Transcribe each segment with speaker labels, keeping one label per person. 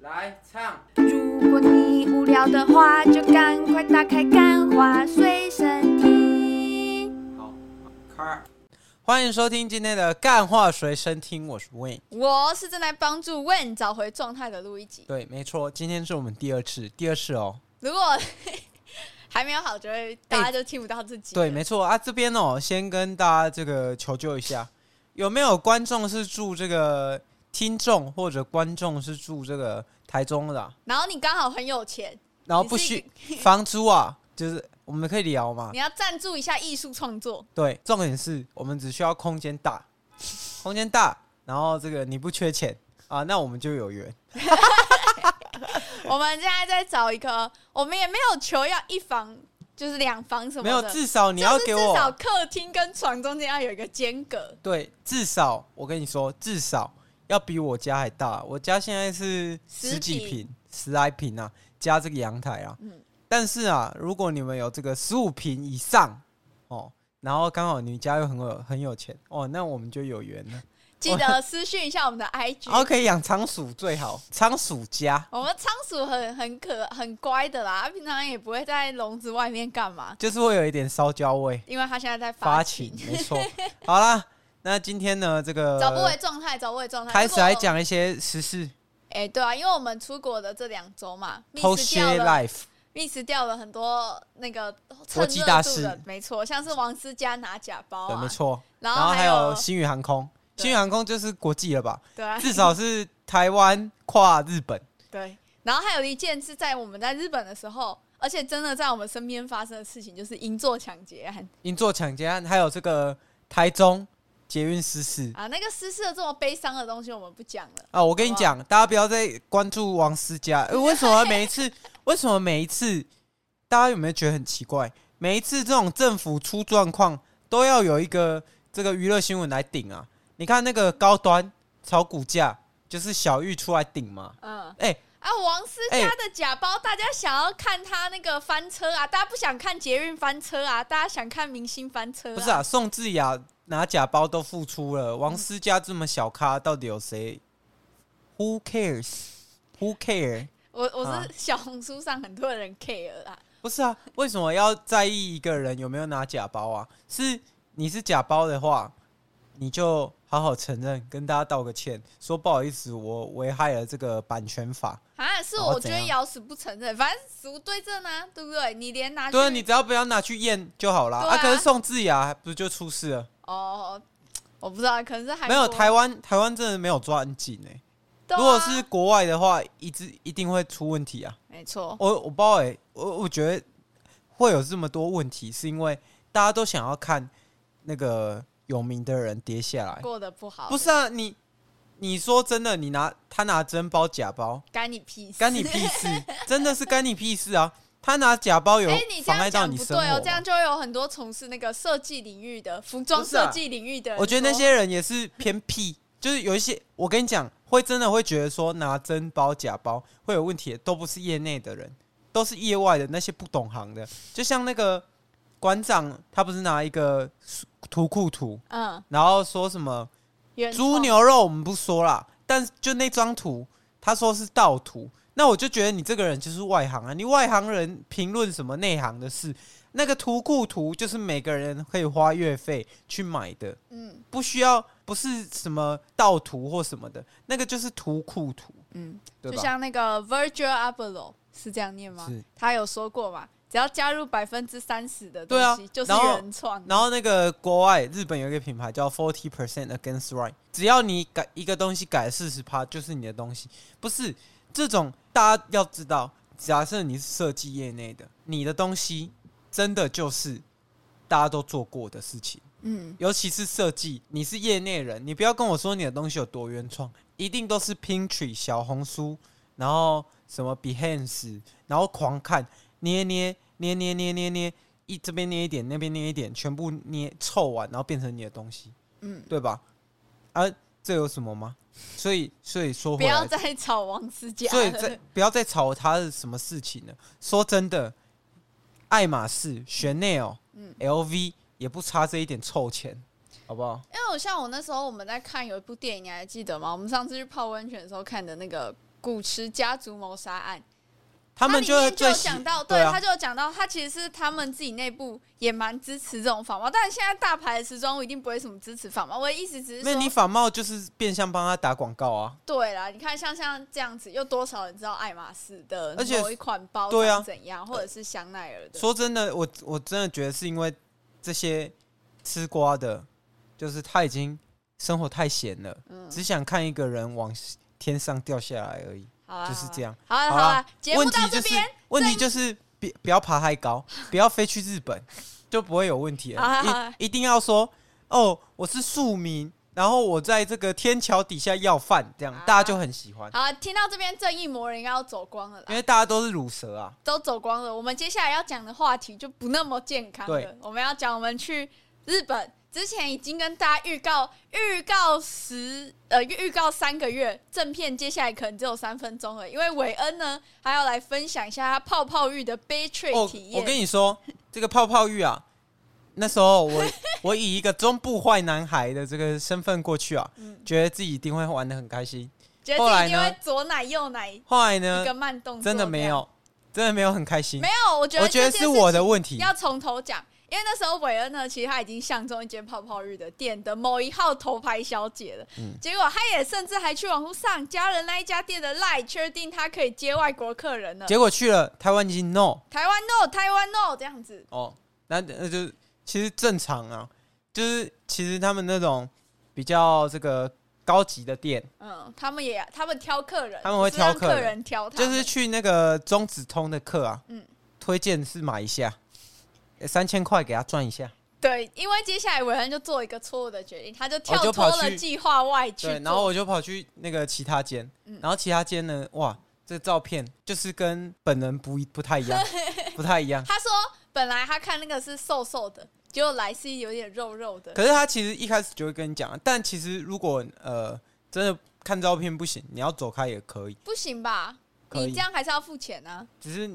Speaker 1: 来唱。
Speaker 2: 如果你无聊的话，就赶快打开《干花随身听》。
Speaker 1: 欢迎收听今天的《干话随身听》，我是 Wayne。
Speaker 3: 我是正在帮助 Win 找回状态的录一集。
Speaker 1: 对，没错，今天是我们第二次，第二次哦。
Speaker 3: 如果 还没有好，就会大家就听不到自己。
Speaker 1: 对，没错啊。这边哦，先跟大家这个求救一下，有没有观众是住这个听众或者观众是住这个台中的啊、
Speaker 3: 然后你刚好很有钱，
Speaker 1: 然后不需 房租啊，就是我们可以聊嘛
Speaker 3: 你。要赞助一下艺术创作，
Speaker 1: 对，重点是我们只需要空间大，空间大，然后这个你不缺钱啊，那我们就有缘。
Speaker 3: 我们现在在找一个，我们也没有求要一房，就是两房什么的，
Speaker 1: 没有，至少你
Speaker 3: 就是
Speaker 1: 要给我
Speaker 3: 至少客厅跟床中间要有一个间隔。
Speaker 1: 对，至少我跟你说，至少要比我家还大。我家现在是
Speaker 3: 十
Speaker 1: 十几
Speaker 3: 平
Speaker 1: 平，十来平啊，加这个阳台啊。
Speaker 3: 嗯
Speaker 1: 但是啊，如果你们有这个十五平以上哦，然后刚好你家又很有很有钱哦，那我们就有缘了。
Speaker 3: 记得私讯一下我们的 IG，、
Speaker 1: 然后可以养仓鼠最 好，仓鼠家
Speaker 3: 我们仓鼠很很可很乖的啦，它平常也不会在笼子外面干嘛，
Speaker 1: 就是会有一点烧焦味，
Speaker 3: 因为它现在在
Speaker 1: 发
Speaker 3: 情
Speaker 1: 情，没错。 好啦，那今天呢，这个
Speaker 3: 找不回状态，找不回状态。
Speaker 1: 开
Speaker 3: 如
Speaker 1: 始
Speaker 3: 果
Speaker 1: 来讲一些时事，
Speaker 3: 哎、对啊，因为我们出国的这两周嘛
Speaker 1: 偷
Speaker 3: ，miss
Speaker 1: 些
Speaker 3: 掉了
Speaker 1: life。
Speaker 3: ，miss 掉了很多那个
Speaker 1: 国
Speaker 3: 趁
Speaker 1: 际
Speaker 3: 热
Speaker 1: 大
Speaker 3: 度
Speaker 1: 事
Speaker 3: 的，没错，像是王思佳拿假包
Speaker 1: 对，
Speaker 3: 啊，
Speaker 1: 没，错。
Speaker 3: 然
Speaker 1: 后
Speaker 3: 后
Speaker 1: 还
Speaker 3: 还
Speaker 1: 有
Speaker 3: 有
Speaker 1: 星宇航空，
Speaker 3: 对
Speaker 1: 星宇航空就是国际了吧？
Speaker 3: 对啊
Speaker 1: 至少是台湾跨日本。
Speaker 3: 对，然后还有一件是在我们在日本的时候，而且真的在我们身边发生的事情，就是银座抢劫案
Speaker 1: 银座抢劫案，还有这个台中捷运失事
Speaker 3: 啊，那个失事的这么悲伤的东西，我们不讲了。
Speaker 1: 啊！我跟你讲，大家不要再关注王思佳、呃为什么每一次？为什么每一次？大家有没有觉得很奇怪？每一次这种政府出状况，都要有一个这个娱乐新闻来顶啊！你看那个高端炒股价，就是小玉出来顶嘛。
Speaker 3: 嗯，
Speaker 1: 哎、
Speaker 3: 啊，王思
Speaker 1: 哎
Speaker 3: 佳的假包，大家想要看他那个翻车啊，大家不想看捷运翻车啊，大家想看明星翻车、
Speaker 1: 不是啊，嗯宋智雅拿假包都付出了，王思佳这么小咖，到底有谁？Who cares？Who care？
Speaker 3: 我我
Speaker 1: 啊
Speaker 3: 是小红书上很多人 care 啦，
Speaker 1: 不是啊，为什么要在意一个人有没有拿假包啊？是你是假包的话，你就好好承认，跟大家道个歉，说不好意思，我危害了这个版权法。
Speaker 3: 啊，是
Speaker 1: 然后
Speaker 3: 我
Speaker 1: 哦怎
Speaker 3: 觉得
Speaker 1: 样
Speaker 3: 咬死不承认，反正死无对证啊，对不对？你连拿去
Speaker 1: 对啊，你只要不要拿去验就好啦。
Speaker 3: 对啊
Speaker 1: 可是宋智雅不就出事了？
Speaker 3: 哦，我不知道，可能是韩
Speaker 1: 没有
Speaker 3: 国
Speaker 1: 台湾，台湾真的没有抓很紧哎、
Speaker 3: 对啊
Speaker 1: 如果是国外的话，一直一定会出问题啊。
Speaker 3: 没错，
Speaker 1: 我我不知道哎、我我觉得会有这么多问题，是因为大家都想要看那个有名的人跌下来。
Speaker 3: 过得不好，
Speaker 1: 不是啊，你你说真的，你拿他拿真包假包，
Speaker 3: 干你屁事，
Speaker 1: 啊干你 屁事，真的是干你屁事啊！他拿假包有
Speaker 3: 哎，你这
Speaker 1: 妨碍
Speaker 3: 样
Speaker 1: 到
Speaker 3: 讲
Speaker 1: 你
Speaker 3: 不
Speaker 1: 生活
Speaker 3: 对
Speaker 1: 吗
Speaker 3: 哦，这样就会有很多从事那个设计领域的服装
Speaker 1: 不是啊
Speaker 3: 设计领域的人说，
Speaker 1: 我觉得那些人也是偏 僻，就是有一些，我跟你讲，会真的会觉得说拿真包假包会有问题的，都不是业内的人，都是业外的那些不懂行的。就像那个馆长，他不是拿一个图库图，
Speaker 3: 嗯，
Speaker 1: 然后说什么
Speaker 3: 原
Speaker 1: 猪
Speaker 3: 创
Speaker 1: 牛肉我们不说啦，但是就那张图，他说是盗图，那我就觉得你这个人就是外行啊！你外行人评论什么内行的事？那个图库图就是每个人可以花月费去买的，
Speaker 3: 嗯
Speaker 1: 不需要不是什么盗图或什么的，那个就是图库图，
Speaker 3: 嗯，
Speaker 1: 对
Speaker 3: 就
Speaker 1: 吧？
Speaker 3: 像那个 Virgil Abloh 是这样念吗
Speaker 1: 是？
Speaker 3: 他有说过嘛，只要加入百分之三十的
Speaker 1: 对啊
Speaker 3: 东西，就是
Speaker 1: 然后
Speaker 3: 原创的。
Speaker 1: 然后那个国外日本有一个品牌叫 Forty Percent Against Right，只要你改一个东西改四十趴，就是你的东西。不是这种，大家要知道，假设你是设计业内的，你的东西真的就是大家都做过的事情。
Speaker 3: 嗯，
Speaker 1: 尤其是设计，你是业内人，你不要跟我说你的东西有多原创，一定都是 Pinterest、小红书，然后什么 Behance，然后狂看捏捏捏捏捏捏捏，一这边捏一点，那边捏一点，全部捏凑完，然后变成你的东西，
Speaker 3: 嗯，
Speaker 1: 对吧？啊，这有什么吗？所以，所以说
Speaker 3: 不
Speaker 1: 回来
Speaker 3: 要，再 吵王思佳
Speaker 1: 所以
Speaker 3: 了
Speaker 1: 再。不要再吵他是什么事情了。说真的，爱马仕、Chanel、
Speaker 3: 嗯
Speaker 1: LV 也不差这一点臭钱，好不好？
Speaker 3: 因为我像我那时候我们在看有一部电影，你还记得吗？我们上次去泡温泉的时候看的那个《古驰家族谋杀案》，
Speaker 1: 他们
Speaker 3: 它里面就
Speaker 1: 最
Speaker 3: 有
Speaker 1: 喜
Speaker 3: 讲到，
Speaker 1: 对
Speaker 3: 对，
Speaker 1: 啊
Speaker 3: 他就有讲到，他其实是他们自己内部也蛮支持这种仿冒，但是现在大牌的时装我一定不会什么支持仿冒，我的意思只是
Speaker 1: 那你
Speaker 3: 说，
Speaker 1: 仿冒就是变相帮他打广告啊，
Speaker 3: 对啦，你看像像这样子，又多少人知道爱马仕的
Speaker 1: 而且
Speaker 3: 某一款包
Speaker 1: 对啊
Speaker 3: 长怎样，或者是香奈儿的，
Speaker 1: 说真的，我我真的觉得是因为这些吃瓜的，就是他已经生活太闲了，
Speaker 3: 嗯，
Speaker 1: 只想看一个人往天上掉下来而已，
Speaker 3: 好啦，
Speaker 1: 就是这样。
Speaker 3: 好
Speaker 1: 好
Speaker 3: 啦，好
Speaker 1: 啦
Speaker 3: 啦，节目
Speaker 1: 问
Speaker 3: 到
Speaker 1: 题
Speaker 3: 这
Speaker 1: 就是
Speaker 3: 边，
Speaker 1: 问题就是别不要爬太高，不要飞去日本，就不会有问题
Speaker 3: 好好好
Speaker 1: 了。一一定要说哦，我是庶民，然后我在这个天桥底下要饭，这样
Speaker 3: 啊
Speaker 1: 大家就很喜欢，
Speaker 3: 好啦，听到这边正义魔人应该要走光了啦
Speaker 1: 因。为大家都是乳蛇啊。
Speaker 3: 都走光了，我们接下来要讲的话题就不那么健康了
Speaker 1: 对。
Speaker 3: 我们要讲我们去日本之前已经跟大家预告，预告十呃预告三个月，正片接下来可能只有三分钟了，因为韦恩呢还要来分享一下他泡泡浴的悲催
Speaker 1: 哦
Speaker 3: 体，
Speaker 1: 我
Speaker 3: 验。
Speaker 1: 跟你说，这个泡泡浴啊，那时候我我以一个中部坏男孩的这个身份过去啊，
Speaker 3: 嗯，
Speaker 1: 觉得自己一定会玩的很开心。
Speaker 3: 觉得
Speaker 1: 后
Speaker 3: 自
Speaker 1: 来
Speaker 3: 己因
Speaker 1: 呢
Speaker 3: 为左奶右奶一
Speaker 1: 后来呢
Speaker 3: 个，慢动作，
Speaker 1: 真的没，有，真的没有很开心
Speaker 3: 没。有，我觉得
Speaker 1: 我觉得
Speaker 3: 这
Speaker 1: 是
Speaker 3: 件事
Speaker 1: 我的
Speaker 3: 情
Speaker 1: 问题，
Speaker 3: 要从头讲，因为那时候韦恩呢，其实他已经相中一间泡泡日的店的某一号头牌小姐了。
Speaker 1: 嗯
Speaker 3: 结果他也甚至还去网络上加了那一家店的 line，确定他可以接外国客人了。
Speaker 1: 结果去了台湾已经 no
Speaker 3: 台湾 no，台湾 no 这样子。
Speaker 1: 哦，那那就其实正常啊，就是其实他们那种比较这个高级的店，
Speaker 3: 嗯，他们也他们挑客人，
Speaker 1: 他们会
Speaker 3: 不是让
Speaker 1: 挑客
Speaker 3: 客
Speaker 1: 人
Speaker 3: 人挑他
Speaker 1: 就
Speaker 3: 们，
Speaker 1: 是去那个中子通的课啊，
Speaker 3: 嗯
Speaker 1: 推荐是买一下，三千块给他赚一下，
Speaker 3: 对，因为接下来韦恩就做一个错误的决定，他就跳
Speaker 1: 哦就
Speaker 3: 脱
Speaker 1: 跑
Speaker 3: 了
Speaker 1: 去
Speaker 3: 计划外去
Speaker 1: 对
Speaker 3: 做。，
Speaker 1: 然后我就跑去那个其他间，
Speaker 3: 嗯
Speaker 1: 然后其他间呢，哇，这照片就是跟本人不一不太一 样，不太一样。
Speaker 3: 他说，本来他看那个是瘦瘦的，结果来是有点肉肉的。
Speaker 1: 可是他其实一开始就会跟你讲，啊但其实如果呃真的看照片不行，你要走开也可以，
Speaker 3: 不行吧？
Speaker 1: 可以
Speaker 3: 你这样还是要付钱啊。
Speaker 1: 只是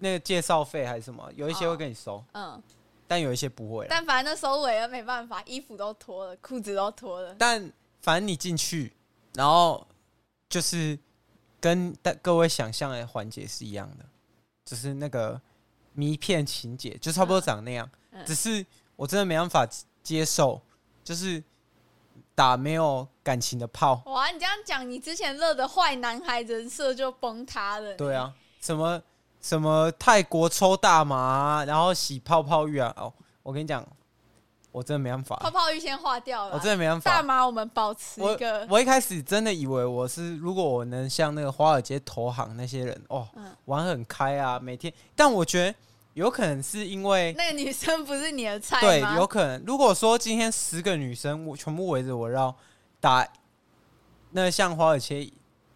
Speaker 1: 那个介绍费还是什么，有一些会跟你收，
Speaker 3: 嗯，
Speaker 1: 但有一些不会啦。
Speaker 3: 但反正那时候韦恩没办法，衣服都脱了，裤子都脱了。
Speaker 1: 但反正你进去，然后就是跟大各位想象的环节是一样的，就是那个迷片情节，就差不多长那样。
Speaker 3: 嗯
Speaker 1: 只是我真的没办法接受，就是打没有感情的炮。
Speaker 3: 哇，你这样讲，你之前乐的坏男孩人设就崩塌了。
Speaker 1: 对，啊，什么什么泰国抽大麻啊，然后洗泡泡浴啊。哦，我跟你讲，我真的没办法，
Speaker 3: 泡泡浴先化掉了。
Speaker 1: 我真的没办
Speaker 3: 大
Speaker 1: 法。
Speaker 3: 麻，我们保持一
Speaker 1: 我
Speaker 3: 个
Speaker 1: 我一开始真的以为我是，如果我能像那个华尔街投行那些人哦，
Speaker 3: 嗯
Speaker 1: 玩很开啊，每天。但我觉得有可能是因为
Speaker 3: 那个女生不是你的菜
Speaker 1: 对，
Speaker 3: 吗？
Speaker 1: 有可能。如果说今天十个女生我全部围着我绕打，那像华尔街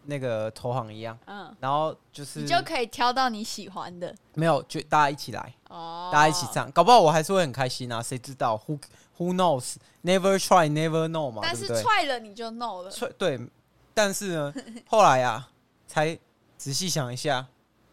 Speaker 1: 那个投行一样，
Speaker 3: 嗯，
Speaker 1: 然后就是
Speaker 3: 你就可以挑到你喜欢的
Speaker 1: 没有，就大家一起来，
Speaker 3: 哦
Speaker 1: 大家一起。唱，搞不好我还是会很开心啊，谁知道？Who Who knows? Never try, never know 嘛，
Speaker 3: 但
Speaker 1: 对
Speaker 3: 是
Speaker 1: 不对？
Speaker 3: 踹了你就 no 了，
Speaker 1: 错对，但是呢，后来啊，才仔细想一下，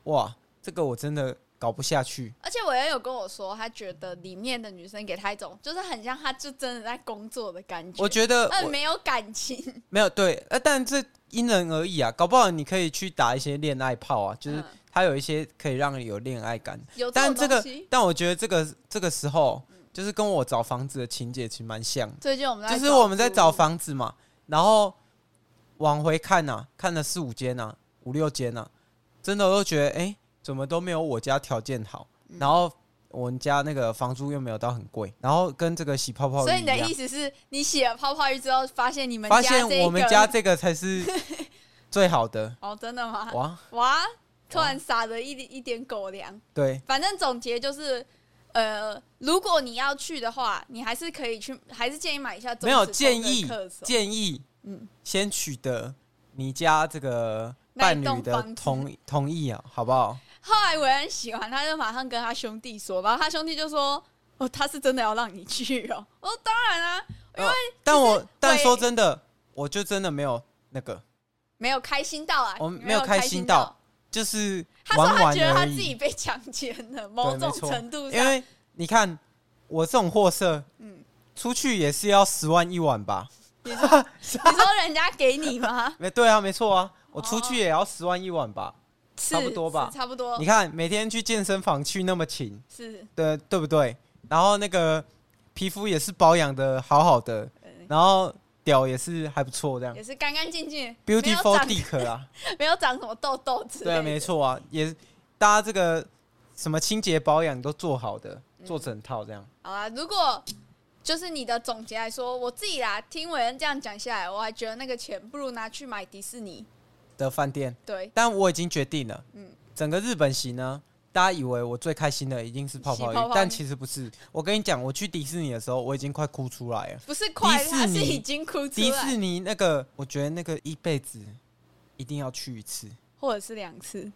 Speaker 1: 哇，这个我真的搞不下去。
Speaker 3: 而且我也有跟我说，他觉得里面的女生给他一种就是很像他就真的在工作的感觉，
Speaker 1: 我觉得
Speaker 3: 嗯
Speaker 1: 我
Speaker 3: 没有感情，
Speaker 1: 没有对，呃，但这因人而异啊，搞不好你可以去打一些恋爱炮啊，就是
Speaker 3: 嗯
Speaker 1: 它有一些可以让你有恋爱感。
Speaker 3: 有
Speaker 1: 但这
Speaker 3: 这种东
Speaker 1: 个
Speaker 3: 西，。
Speaker 1: 但我觉得这个这个时候，就是跟我找房子的情节其实蛮像的，
Speaker 3: 最近我们在
Speaker 1: 就是
Speaker 3: 找
Speaker 1: 我们在
Speaker 3: 租
Speaker 1: 找
Speaker 3: 屋，
Speaker 1: 房子嘛，然后往回看呐、看了四五间呐、五六间呐、真的我都觉得，哎、怎么都没有我家条件好，
Speaker 3: 嗯
Speaker 1: 然后我们家那个房租又没有到很贵，然后跟这个洗泡泡浴
Speaker 3: 所以你的
Speaker 1: 一样
Speaker 3: 意思是你洗了泡泡浴之后，发现你们
Speaker 1: 发
Speaker 3: 家这
Speaker 1: 现我们
Speaker 3: 个
Speaker 1: 家这个才 是最好的
Speaker 3: 哦，真的吗？
Speaker 1: 哇，
Speaker 3: 哇，突然撒了一点一点狗粮。
Speaker 1: 对
Speaker 3: 反正总结就是，呃，如果你要去的话，你还是可以去，还是建议买一下中
Speaker 1: 没有
Speaker 3: 子通
Speaker 1: 建
Speaker 3: 的
Speaker 1: 议
Speaker 3: 课手
Speaker 1: 建议，
Speaker 3: 嗯
Speaker 1: 嗯，先取得你家这个
Speaker 3: 那
Speaker 1: 伴
Speaker 3: 一栋
Speaker 1: 侣的
Speaker 3: 房子
Speaker 1: 同同意啊，好不 好？
Speaker 3: 后来韦恩喜欢，他就马上跟他兄弟说，然后他兄弟就说：“哦，他是真的要让你去哦。” 我说：“当然啊，因为
Speaker 1: 呃但我但
Speaker 3: 会
Speaker 1: 说真的，我就真的没有那个，
Speaker 3: 没有开心到啊，
Speaker 1: 我
Speaker 3: 你
Speaker 1: 哦没有开
Speaker 3: 开
Speaker 1: 心
Speaker 3: 心
Speaker 1: 到。，就是
Speaker 3: 他说
Speaker 1: 玩
Speaker 3: 他
Speaker 1: 玩
Speaker 3: 觉得他
Speaker 1: 而
Speaker 3: 自己
Speaker 1: 已。
Speaker 3: 被强奸了，某种
Speaker 1: 没错
Speaker 3: 程度
Speaker 1: 因
Speaker 3: 上，
Speaker 1: 为你看我这种货色，
Speaker 3: 嗯
Speaker 1: 出去也是要十万一晚吧？？
Speaker 3: 你说人家给你吗
Speaker 1: 没对啊，没错啊，我出
Speaker 3: 哦
Speaker 1: 去也要十万一晚吧？
Speaker 3: 是
Speaker 1: 差不多吧
Speaker 3: 是差不多
Speaker 1: 你。看每天去健身房去那么勤，
Speaker 3: 是，
Speaker 1: 对对不对？然后那个皮肤也是保养的好好的，
Speaker 3: 呃
Speaker 1: 然后屌也是还不错，这样
Speaker 3: 也是干干净净没有长
Speaker 1: beautiful dick 啊，
Speaker 3: 没有长什么痘痘 之类
Speaker 1: 对
Speaker 3: 的。
Speaker 1: 啊，没错啊，也大家这个什么清洁保养都做好的，
Speaker 3: 嗯
Speaker 1: 做整套这样。
Speaker 3: 好啦，如果就是你的总结来说，我自己啦，听伟恩这样讲下来，我还觉得那个钱不如拿去买迪士尼。
Speaker 1: 的饭店，
Speaker 3: 对，
Speaker 1: 但我已经决定了，
Speaker 3: 嗯
Speaker 1: 整个日本行呢，大家以为我最开心的一定是泡泡
Speaker 3: 洗
Speaker 1: 浴，
Speaker 3: 泡泡浴
Speaker 1: 但其实不是。我跟你讲，我去迪士尼的时候，我已经快哭出来了。
Speaker 3: 不是快乐，
Speaker 1: 迪士尼
Speaker 3: 他是已经哭出
Speaker 1: 迪士
Speaker 3: 来，
Speaker 1: 尼那个，我觉得那个一辈子一定要去一次，
Speaker 3: 或者是两次。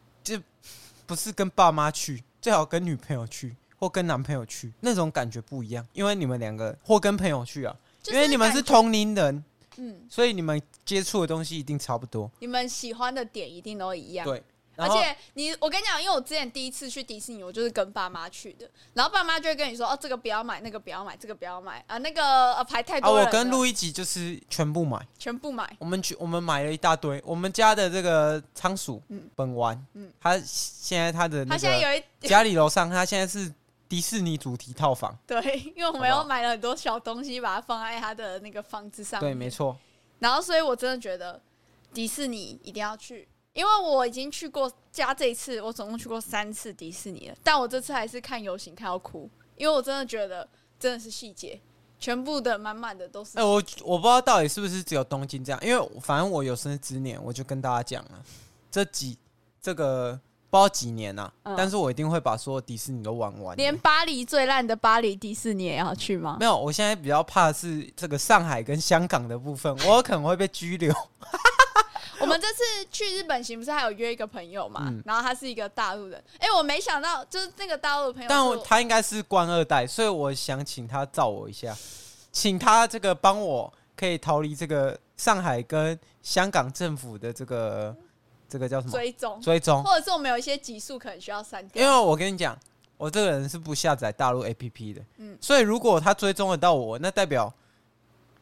Speaker 1: 不是跟爸妈去，最好跟女朋友去或跟男朋友去，那种感觉不一样，因为你们两个或跟朋友去啊，
Speaker 3: 就是
Speaker 1: 因为你们是同龄人，
Speaker 3: 嗯，
Speaker 1: 所以你们接触的东西一定差不多。
Speaker 3: 你们喜欢的点一定都一样。
Speaker 1: 对，啊
Speaker 3: 而
Speaker 1: 然后
Speaker 3: 且你，我跟你讲，因为我之前第一次去迪士尼，我就是跟爸妈去的，然后爸妈就会跟你说，哦，这个不要买，那个不要买，这个不要买啊，那个呃排太
Speaker 1: 啊，
Speaker 3: 多
Speaker 1: 我
Speaker 3: 人了，
Speaker 1: 跟路易吉就是全部买。
Speaker 3: 全部买，
Speaker 1: 我们去，我们买了一大堆。我们家的这个仓鼠，
Speaker 3: 嗯
Speaker 1: 本丸，
Speaker 3: 嗯
Speaker 1: 他现在他的那
Speaker 3: 他现在
Speaker 1: 个
Speaker 3: 有一
Speaker 1: 家里楼上，他现在是迪士尼主题套房，
Speaker 3: 对，因为我
Speaker 1: 好
Speaker 3: 们
Speaker 1: 不
Speaker 3: 有
Speaker 1: 好
Speaker 3: 买了很多小东西，把它放在他的那个房子上。
Speaker 1: 对，没。错，
Speaker 3: 然后，所以我真的觉得迪士尼一定要去，因为我已经去过，加这一次我总共去过三次迪士尼了，但我这次还是看游行看到哭，因为我真的觉得真的是细节，全部的满满的都是
Speaker 1: 哎、。我我不知道到底是不是只有东京这样，因为我反正我有生之年我就跟大家讲了，这几这个不知道几年啊，
Speaker 3: 嗯
Speaker 1: 但是我一定会把所有迪士尼都玩完的。
Speaker 3: 连巴黎最烂的巴黎迪士尼也要去吗
Speaker 1: 没？有，我现在比较怕的是这个上海跟香港的部分，我有可能会被拘留。
Speaker 3: 我们这次去日本行不是还有约一个朋友嘛？
Speaker 1: 嗯
Speaker 3: 然后他是一个大陆人，哎、我没想到就是那个大陆的朋友是，
Speaker 1: 但我他应该是官二代，所以我想请他照我一下，请他这个帮我可以逃离这个上海跟香港政府的这个这个叫什么
Speaker 3: 追踪，
Speaker 1: 追踪，
Speaker 3: 或者是我们有一些集数可能需要删
Speaker 1: 因
Speaker 3: 掉。
Speaker 1: 为我跟你讲，我这个人是不下载大陆 APP 的，
Speaker 3: 嗯
Speaker 1: 所以如果他追踪得到我，那代表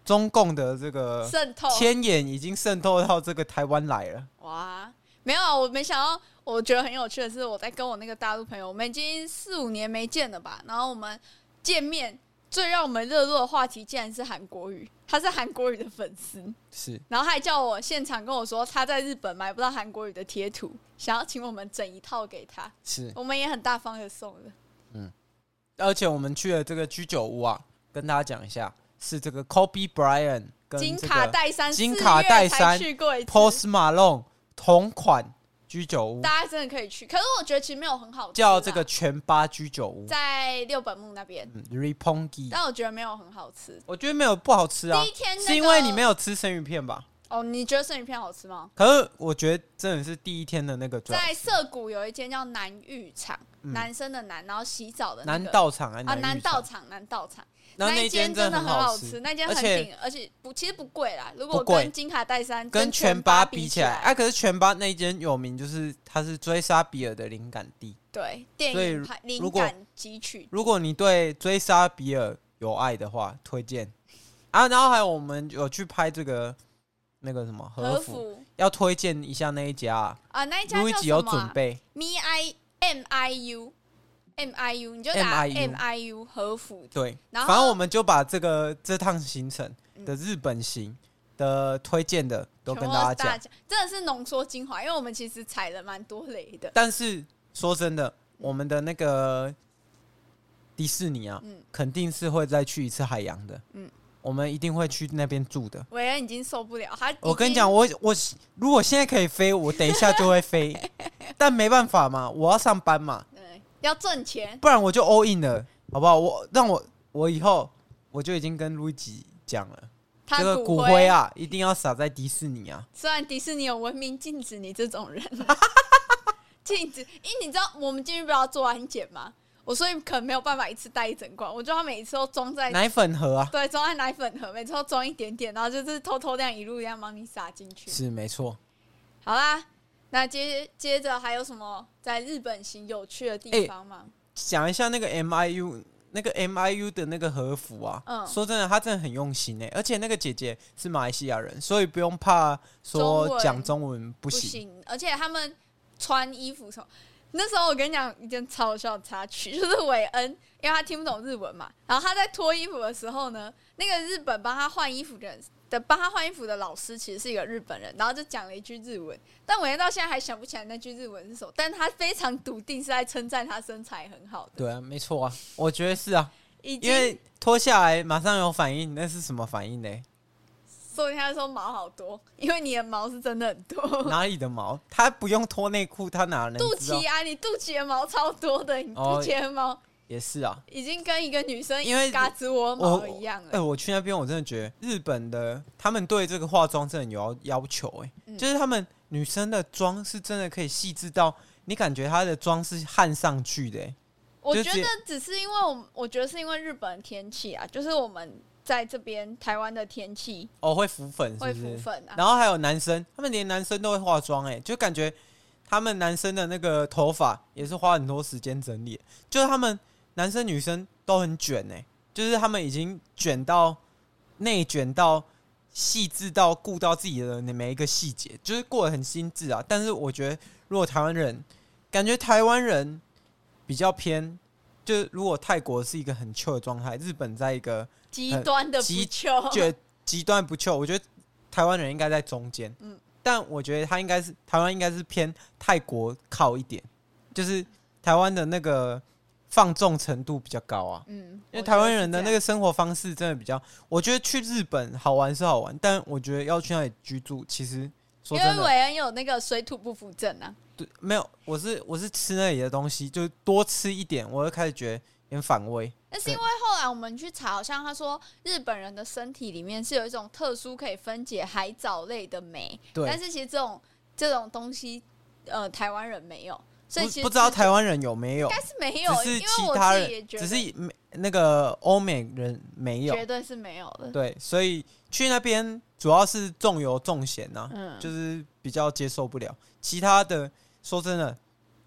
Speaker 1: 中共的这个
Speaker 3: 渗透
Speaker 1: 天眼已经渗透到这个台湾来了。
Speaker 3: 哇，没有，啊，我没想到。我觉得很有趣的是，我在跟我那个大陆朋友，我们已经四五年没见了吧？然后我们见面，最让我们热络的话题竟然是韩国语，他是韩国语的 粉丝，
Speaker 1: 是，
Speaker 3: 然后他还叫我现场跟我说他在日本买不到韩国语的贴图，想要请我们整一套给他，
Speaker 1: 是，
Speaker 3: 我们也很大方的送了。
Speaker 1: 而且我们去了这个居酒屋啊，跟大家讲一下，是这个 Kobe Bryant 跟
Speaker 3: 金
Speaker 1: 这
Speaker 3: 卡
Speaker 1: 个
Speaker 3: 戴珊，
Speaker 1: 金卡戴珊
Speaker 3: 四月才去过一次
Speaker 1: Post Malone 同款居酒屋，
Speaker 3: 大家真的可以去。可是我觉得其实没有很好吃啦，
Speaker 1: 叫这个全八居酒屋、
Speaker 3: 在六本木那边，
Speaker 1: 嗯、，Ripongi。
Speaker 3: 但我觉得没有很好吃。
Speaker 1: 我觉得没有不好吃啊，
Speaker 3: 第一天那个
Speaker 1: 是因为你没有吃生鱼片吧？
Speaker 3: 哦，你觉得生鱼片好吃吗？
Speaker 1: 可是我觉得真的是第一天的那个最好
Speaker 3: 在涩谷有一间叫南浴场，
Speaker 1: 嗯
Speaker 3: 男生的男，然后洗澡的、那个、
Speaker 1: 南道场还是
Speaker 3: 啊，
Speaker 1: 南
Speaker 3: 南
Speaker 1: 玉
Speaker 3: 道
Speaker 1: 场，
Speaker 3: 场，南道场
Speaker 1: 然后
Speaker 3: 一
Speaker 1: 一间
Speaker 3: 真
Speaker 1: 的
Speaker 3: 的
Speaker 1: 很
Speaker 3: 好
Speaker 1: 吃，
Speaker 3: 那间
Speaker 1: 而
Speaker 3: 很
Speaker 1: 且
Speaker 3: 顶，而且不其实不贵啦。如果
Speaker 1: 不
Speaker 3: 我
Speaker 1: 贵
Speaker 3: 跟金卡戴珊
Speaker 1: 跟
Speaker 3: 全
Speaker 1: 全
Speaker 3: 八
Speaker 1: 巴
Speaker 3: 比
Speaker 1: 比起来，啊，可是全巴那一间有名，就是它是追杀比尔的灵感地。
Speaker 3: 对电
Speaker 1: 所以
Speaker 3: 影拍灵
Speaker 1: 如果
Speaker 3: 感汲取
Speaker 1: 如果你对追杀比尔有爱的话，推荐啊。然后还有我们有去拍这个那个什么和
Speaker 3: 和
Speaker 1: 服，
Speaker 3: 服
Speaker 1: 要推荐一下那一家、啊。
Speaker 3: 啊，那一家
Speaker 1: 路易
Speaker 3: 叫
Speaker 1: 吉
Speaker 3: 什
Speaker 1: 有
Speaker 3: 么、
Speaker 1: 准
Speaker 3: 啊？
Speaker 1: 备，
Speaker 3: M I M I U M I U，你就打
Speaker 1: MIU
Speaker 3: M I U 和服
Speaker 1: 对，
Speaker 3: 然后嗯
Speaker 1: 反正我们就把这个这趟行程的日本行的推荐的都
Speaker 3: 全部
Speaker 1: 跟
Speaker 3: 都
Speaker 1: 大
Speaker 3: 是
Speaker 1: 家讲。
Speaker 3: 讲，真的是浓缩精华，因为我们其实踩了蛮多雷的。
Speaker 1: 但是说真
Speaker 3: 嗯
Speaker 1: 的，我们的那个迪士尼啊，
Speaker 3: 嗯
Speaker 1: 肯定是会再去一次海洋的。
Speaker 3: 嗯
Speaker 1: 我们一定会去那边住的。
Speaker 3: 韦恩已经受不了，他已
Speaker 1: 我跟你
Speaker 3: 经
Speaker 1: 讲，，我我如果现在可以飞，我等一下就会 飞，但没办法嘛，我要上班嘛，
Speaker 3: 对，要挣钱，
Speaker 1: 不然我就 all in 了，好不好？我让我我以后我就已经跟路易吉讲了，
Speaker 3: 他
Speaker 1: 这个
Speaker 3: 骨
Speaker 1: 骨灰，啊，一定要撒在迪士尼啊！
Speaker 3: 虽然迪士尼有文明禁止你这种人，啊 禁止，因为你知道我们进去不是要做安检吗？我所以可能没有办法一次带一整罐，我就要每一次都装在
Speaker 1: 奶粉盒啊，
Speaker 3: 对，装在奶粉盒，每次都装一点点，然后就是偷偷这样一路这样帮你撒进去。
Speaker 1: 是没错。
Speaker 3: 好啦，那接接着还有什么在日本行有趣的地
Speaker 1: 哎
Speaker 3: 方吗？
Speaker 1: 讲一下那个 MIU 那个 MIU 的那个和服啊，
Speaker 3: 嗯
Speaker 1: 说真的，他真的很用心哎、而且那个姐姐是马来西亚人，所以不用怕
Speaker 3: 中
Speaker 1: 说
Speaker 3: 文
Speaker 1: 讲中文不
Speaker 3: 不
Speaker 1: 行。
Speaker 3: 行，而且他们穿衣服什么。那时候我跟你讲一件超好笑的插曲， 就是韦恩，因为他听不懂日文嘛，然后他在脱衣服的时候呢，那个日本帮他换衣服的人的帮他换衣服的老师其实是一个日本人，然后就讲了一句日文，但韦恩到现在还想不起来那句日文是什么，但他非常笃定是在称赞他身材很好的，
Speaker 1: 对啊，没错啊，我觉得是啊，
Speaker 3: 已
Speaker 1: 因
Speaker 3: 经
Speaker 1: 为脱下来马上有反应，那是什么反应 呢？
Speaker 3: 说他说毛好多，因为你的毛是真的很多，
Speaker 1: 哪里的毛？他不用脱内裤，他哪能
Speaker 3: 肚
Speaker 1: 知道？
Speaker 3: 脐啊，你肚脐的毛超多的，你肚
Speaker 1: 哦
Speaker 3: 脐的毛。
Speaker 1: 也是啊，
Speaker 3: 已经跟一个女生
Speaker 1: 因为
Speaker 3: 嘎吱
Speaker 1: 我
Speaker 3: 窝毛一样欸
Speaker 1: 哎、
Speaker 3: 了。
Speaker 1: 我去那边，我真的觉得日本的他们对这个化妆真的有要要求、哎、
Speaker 3: 嗯
Speaker 1: 就是他们女生的妆是真的可以细致到你感觉她的妆是焊上去的、哎
Speaker 3: 我
Speaker 1: 就
Speaker 3: 觉
Speaker 1: 直
Speaker 3: 得
Speaker 1: 接
Speaker 3: 只是因为我们，我觉得是因为日本的天气啊，就是我们在这边台湾的天气
Speaker 1: 哦，会浮粉是不
Speaker 3: 会
Speaker 1: 是？
Speaker 3: 浮粉啊。
Speaker 1: 然后还有男生，他们连男生都会化妆，哎，就感觉他们男生的那个头发也是花很多时间整理，就是他们男生女生都很卷，哎，就是他们已经卷到内卷到细致到顾到自己的每一个细节，就是过得很精致啊。但是我觉得，如果台湾人，感觉台湾人比较偏。就是如果泰国是一个很 chill 的状态，日本在一个
Speaker 3: 极端的
Speaker 1: 极
Speaker 3: 不求，
Speaker 1: 觉得极端不错，我觉得台湾人应该在中间，
Speaker 3: 嗯
Speaker 1: 但我觉得他应该是台湾应该是偏泰国靠一点，就是台湾的那个放纵程度比较高啊，
Speaker 3: 嗯，
Speaker 1: 因
Speaker 3: 我
Speaker 1: 为
Speaker 3: 觉
Speaker 1: 台湾
Speaker 3: 得是
Speaker 1: 人的
Speaker 3: 这
Speaker 1: 那
Speaker 3: 样
Speaker 1: 个生活方式真的比较，我觉得去日本好玩是好玩，但我觉得要去那里居住，其实说真
Speaker 3: 因为
Speaker 1: 的，
Speaker 3: 韦恩有那个水土不服症啊，
Speaker 1: 对，没有，我是我是吃那里的东西，就多吃一点，我就开始觉得有点反胃，
Speaker 3: 那是因为后来我们去查，好像他说日本人的身体里面是有一种特殊可以分解海藻类的酶，
Speaker 1: 对
Speaker 3: 但是其实这种这种东西，呃，台湾人没有，所以其
Speaker 1: 不不
Speaker 3: 实
Speaker 1: 知道
Speaker 3: 自己
Speaker 1: 台湾人有没有
Speaker 3: 应。该是没有，
Speaker 1: 只是
Speaker 3: 因为
Speaker 1: 其
Speaker 3: 我
Speaker 1: 他
Speaker 3: 自己也
Speaker 1: 人，
Speaker 3: 觉
Speaker 1: 只
Speaker 3: 得
Speaker 1: 是美那个欧美人没有
Speaker 3: 绝，对是没有的。
Speaker 1: 对，所以去那边主要是重油重咸啊呐、
Speaker 3: 嗯
Speaker 1: 就是比较接受不了。其他的说真的，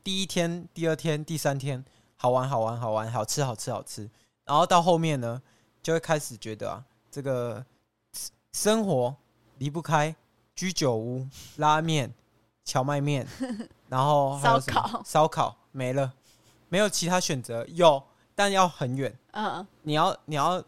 Speaker 1: 第一天、第二天、第三天好玩好玩好玩，好吃好吃好吃，然后到后面呢，就会开始觉得啊，这个生活离不开居酒屋、拉面、荞麦 面，然后还有什么
Speaker 3: 烧烤
Speaker 1: 烧烤没了，没有其他选择，有但要很远。
Speaker 3: 嗯，
Speaker 1: 你要你要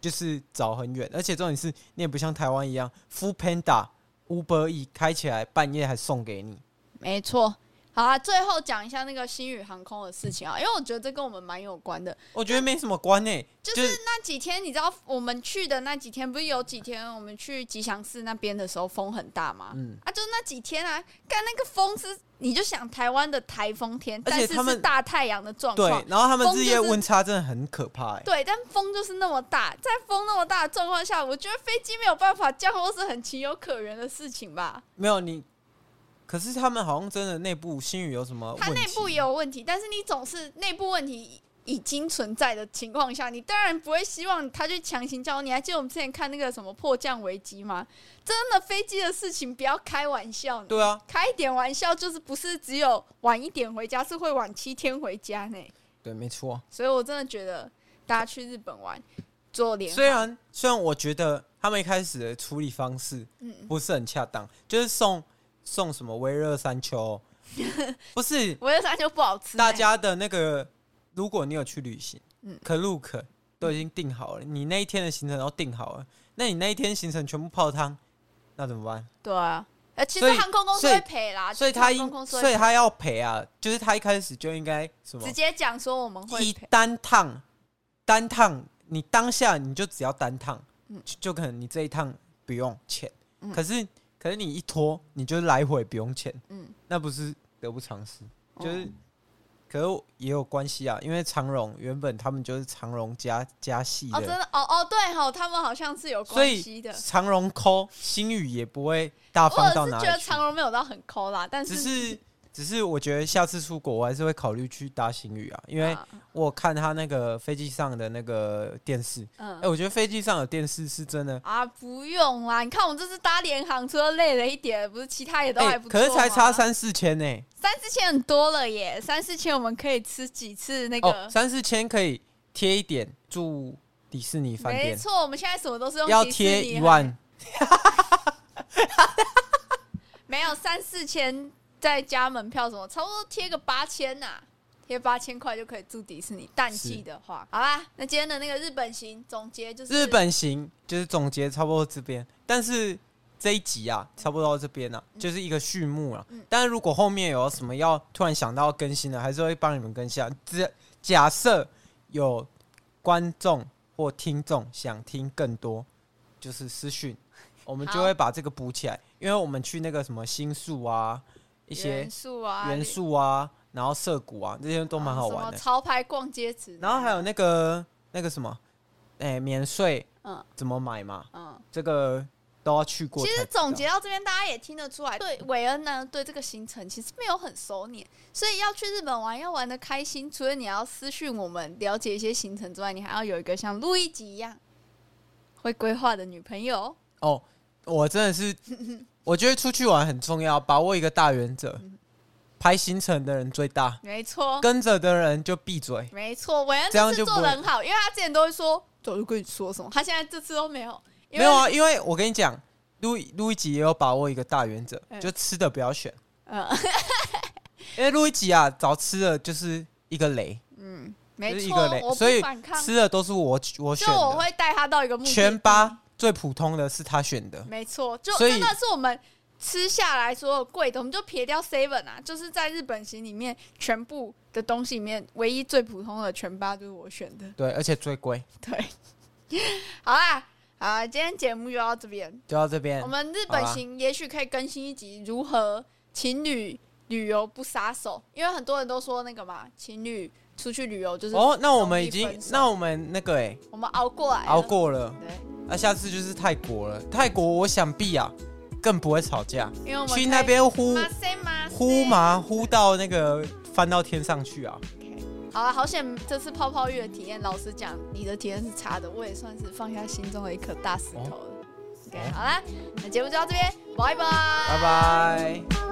Speaker 1: 就是找很远，而且重点是你也不像台湾一样，Food Panda、Uber E 开起来半夜还送给你。
Speaker 3: 没错。好啊，最后讲一下那个星宇航空的事情啊，因为我觉得这跟我们蛮有关的。
Speaker 1: 我觉得没什么关欸诶、
Speaker 3: 就是那几天，你知道我们去的那几天，不是有几天我们去吉祥寺那边的时候风很大吗？
Speaker 1: 嗯
Speaker 3: 啊，就那几天啊，看那个风是，你就想台湾的台风天，
Speaker 1: 而
Speaker 3: 但
Speaker 1: 且
Speaker 3: 是
Speaker 1: 他
Speaker 3: 是
Speaker 1: 们
Speaker 3: 大太阳的状
Speaker 1: 对
Speaker 3: 况，，
Speaker 1: 然后他们
Speaker 3: 风
Speaker 1: 日
Speaker 3: 就
Speaker 1: 夜
Speaker 3: 是
Speaker 1: 温差真的很可怕欸诶、
Speaker 3: 对，但风就是那么大，在风那么大的状况下，我觉得飞机没有办法降落是很情有可原的事情吧。
Speaker 1: 没有你，可是他们好像真的内部新宇有什么问题？
Speaker 3: 它内部也有问题，但是你总是内部问题已经存在的情况下，你当然不会希望他去强行降落。你还记得我们之前看那个什么迫降危机吗？真的飞机的事情不要开玩笑，
Speaker 1: 对啊，
Speaker 3: 开一点玩笑就是不是只有晚一点回家，是会晚七天回家呢。
Speaker 1: 对，没错。
Speaker 3: 所以我真的觉得大家去日本玩做联
Speaker 1: 虽
Speaker 3: 航，
Speaker 1: 然虽然我觉得他们一开始的处理方式
Speaker 3: 嗯，
Speaker 1: 不是很恰当，就是送送什么微热山 丘，不是
Speaker 3: 我的山就不好吃呢，
Speaker 1: 大家的那个，如果你有去旅行，
Speaker 3: 嗯
Speaker 1: 可路可都已经定好了，你那一天的行程都定好了，那你那一天行程全部泡汤，那怎么办？
Speaker 3: 对啊。呃，其
Speaker 1: 所
Speaker 3: 实
Speaker 1: 以
Speaker 3: 航空公司
Speaker 1: 所以
Speaker 3: 会赔啦，
Speaker 1: 所以
Speaker 3: 其实
Speaker 1: 他
Speaker 3: 航
Speaker 1: 应
Speaker 3: 啊空公，司会
Speaker 1: 所以
Speaker 3: 赔
Speaker 1: 他要赔啊，就是他一开始就应该什么
Speaker 3: 直接讲说我们会
Speaker 1: 一
Speaker 3: 赔，
Speaker 1: 单趟，单趟你当下你就只要单趟，
Speaker 3: 嗯
Speaker 1: 就就可能你这一趟不用钱，
Speaker 3: 嗯
Speaker 1: 可是可是你一拖，你就来回不用钱，
Speaker 3: 嗯，哦
Speaker 1: 那不是得不偿失？就是可是也有关系啊，因为长荣原本他们就是长荣加加系
Speaker 3: 哦，真
Speaker 1: 的，
Speaker 3: 的哦哦，对哦，他们好像是有
Speaker 1: 所
Speaker 3: 关系
Speaker 1: 以
Speaker 3: 的。
Speaker 1: 长荣抠新宇也不会大
Speaker 3: 我
Speaker 1: 方
Speaker 3: 是
Speaker 1: 到哪
Speaker 3: 觉
Speaker 1: 里
Speaker 3: 得
Speaker 1: 去
Speaker 3: 长。荣没有到很抠啦，但
Speaker 1: 只
Speaker 3: 是
Speaker 1: 是只是我觉得下次出国我还是会考虑去搭新宇啊，因为
Speaker 3: 啊
Speaker 1: 我有看他那个飞机上的那个电视，哎、
Speaker 3: 嗯
Speaker 1: 我觉得飞机上有电视是真的。
Speaker 3: 啊不用啦，你看我们这次搭联航，除了累了一点，不是其他也都
Speaker 1: 哎、
Speaker 3: 还不错
Speaker 1: 可
Speaker 3: 吗、
Speaker 1: 是才差三四千呢、
Speaker 3: 三四千很多了耶，三四千我们可以吃几次那个？
Speaker 1: 哦，三四千可以贴一点住迪士尼饭
Speaker 3: 没
Speaker 1: 店，
Speaker 3: 错，我们现在什么都是用
Speaker 1: 要
Speaker 3: 迪士
Speaker 1: 贴
Speaker 3: 尼
Speaker 1: 一
Speaker 3: 来，
Speaker 1: 万，
Speaker 3: 没有三四千再加门票什么，差不多贴个八千呐。贴八千块就可以住迪士尼，淡季
Speaker 1: 是
Speaker 3: 的话，好啦。那今天的那个日本行总结就是
Speaker 1: 日本行就是总结差不多这边，但是这一集啊，差不多到这边啊，就是一个序幕了、
Speaker 3: 嗯
Speaker 1: 但是如果后面有什么要突然想到更新的，还是会帮你们更新、啊。只假设有观众或听众想听更多，就是私讯，我们就
Speaker 3: 好
Speaker 1: 会把这个补起来，因为我们去那个什么新宿啊，一些
Speaker 3: 元素啊，
Speaker 1: 元素啊，然后涩谷啊，这些都蛮好
Speaker 3: 啊
Speaker 1: 玩
Speaker 3: 什么
Speaker 1: 的。
Speaker 3: 潮牌逛街指南，
Speaker 1: 然后还有那个那个什么，哎、免税
Speaker 3: 嗯
Speaker 1: 怎么买嘛？
Speaker 3: 嗯，
Speaker 1: 这个都要去过
Speaker 3: 其
Speaker 1: 才知道。
Speaker 3: 实总结到这边，大家也听得出来，对韦恩呢，对这个行程其实没有很熟稔，所以要去日本玩要玩的开心，除了你要私讯我们了解一些行程之外，你还要有一个像路易吉一样会规划的女朋友。
Speaker 1: 哦，我真的 是，我觉得出去玩很重要，把握一个大原则，
Speaker 3: 嗯
Speaker 1: 排行程的人最大，
Speaker 3: 没错，
Speaker 1: 跟着的人就闭嘴。
Speaker 3: 没错，韦恩
Speaker 1: 这样
Speaker 3: 这次
Speaker 1: 就不
Speaker 3: 做
Speaker 1: 会
Speaker 3: 的很好，因为他之前都会说早就跟你说什么，他现在这次都没有，因
Speaker 1: 没
Speaker 3: 为
Speaker 1: 有啊，因为我跟你讲，录录一集也有把握一个大原则，
Speaker 3: 嗯
Speaker 1: 就吃的不要选，
Speaker 3: 嗯、
Speaker 1: 因为录一集啊，早吃的就是一个雷，
Speaker 3: 嗯， 没
Speaker 1: 就是一
Speaker 3: 错
Speaker 1: 个，雷，
Speaker 3: 我
Speaker 1: 所
Speaker 3: 不
Speaker 1: 以
Speaker 3: 反抗，
Speaker 1: 吃的都是我我选
Speaker 3: 就我
Speaker 1: 的，
Speaker 3: 会带他到一个目的地
Speaker 1: 全八最普通的是他选的，
Speaker 3: 没错，就
Speaker 1: 所以
Speaker 3: 真的是我们吃下来所有贵的，我们就撇掉 seven 啊，就是在日本行里面全部的东西里面，唯一最普通的全八就是我选的。
Speaker 1: 对，而且最贵。
Speaker 3: 对，好啦，好啦，今天节目就到这边。
Speaker 1: 就到这边
Speaker 3: 我，们日本行也许可以更新一集如何情侣旅游不撒手，因为很多人都说那个嘛，情侣出去旅游就是
Speaker 1: 哦，那我们
Speaker 3: 容易
Speaker 1: 已经
Speaker 3: 分，手
Speaker 1: 那我们那个哎、
Speaker 3: 我们熬过来了
Speaker 1: 熬过了，
Speaker 3: 对，
Speaker 1: 那下次就是泰国了。泰国我想必啊，更不会吵架，
Speaker 3: 因为我们
Speaker 1: 去那边呼
Speaker 3: 马塞马塞
Speaker 1: 呼麻呼到那个翻到天上去啊！
Speaker 3: 好了，好险！这次泡泡浴的体验，老实讲，你的体验是差的，我也算是放下心中的一颗大石头了。OK，好啦，那节目就到这边，拜拜，
Speaker 1: 拜拜。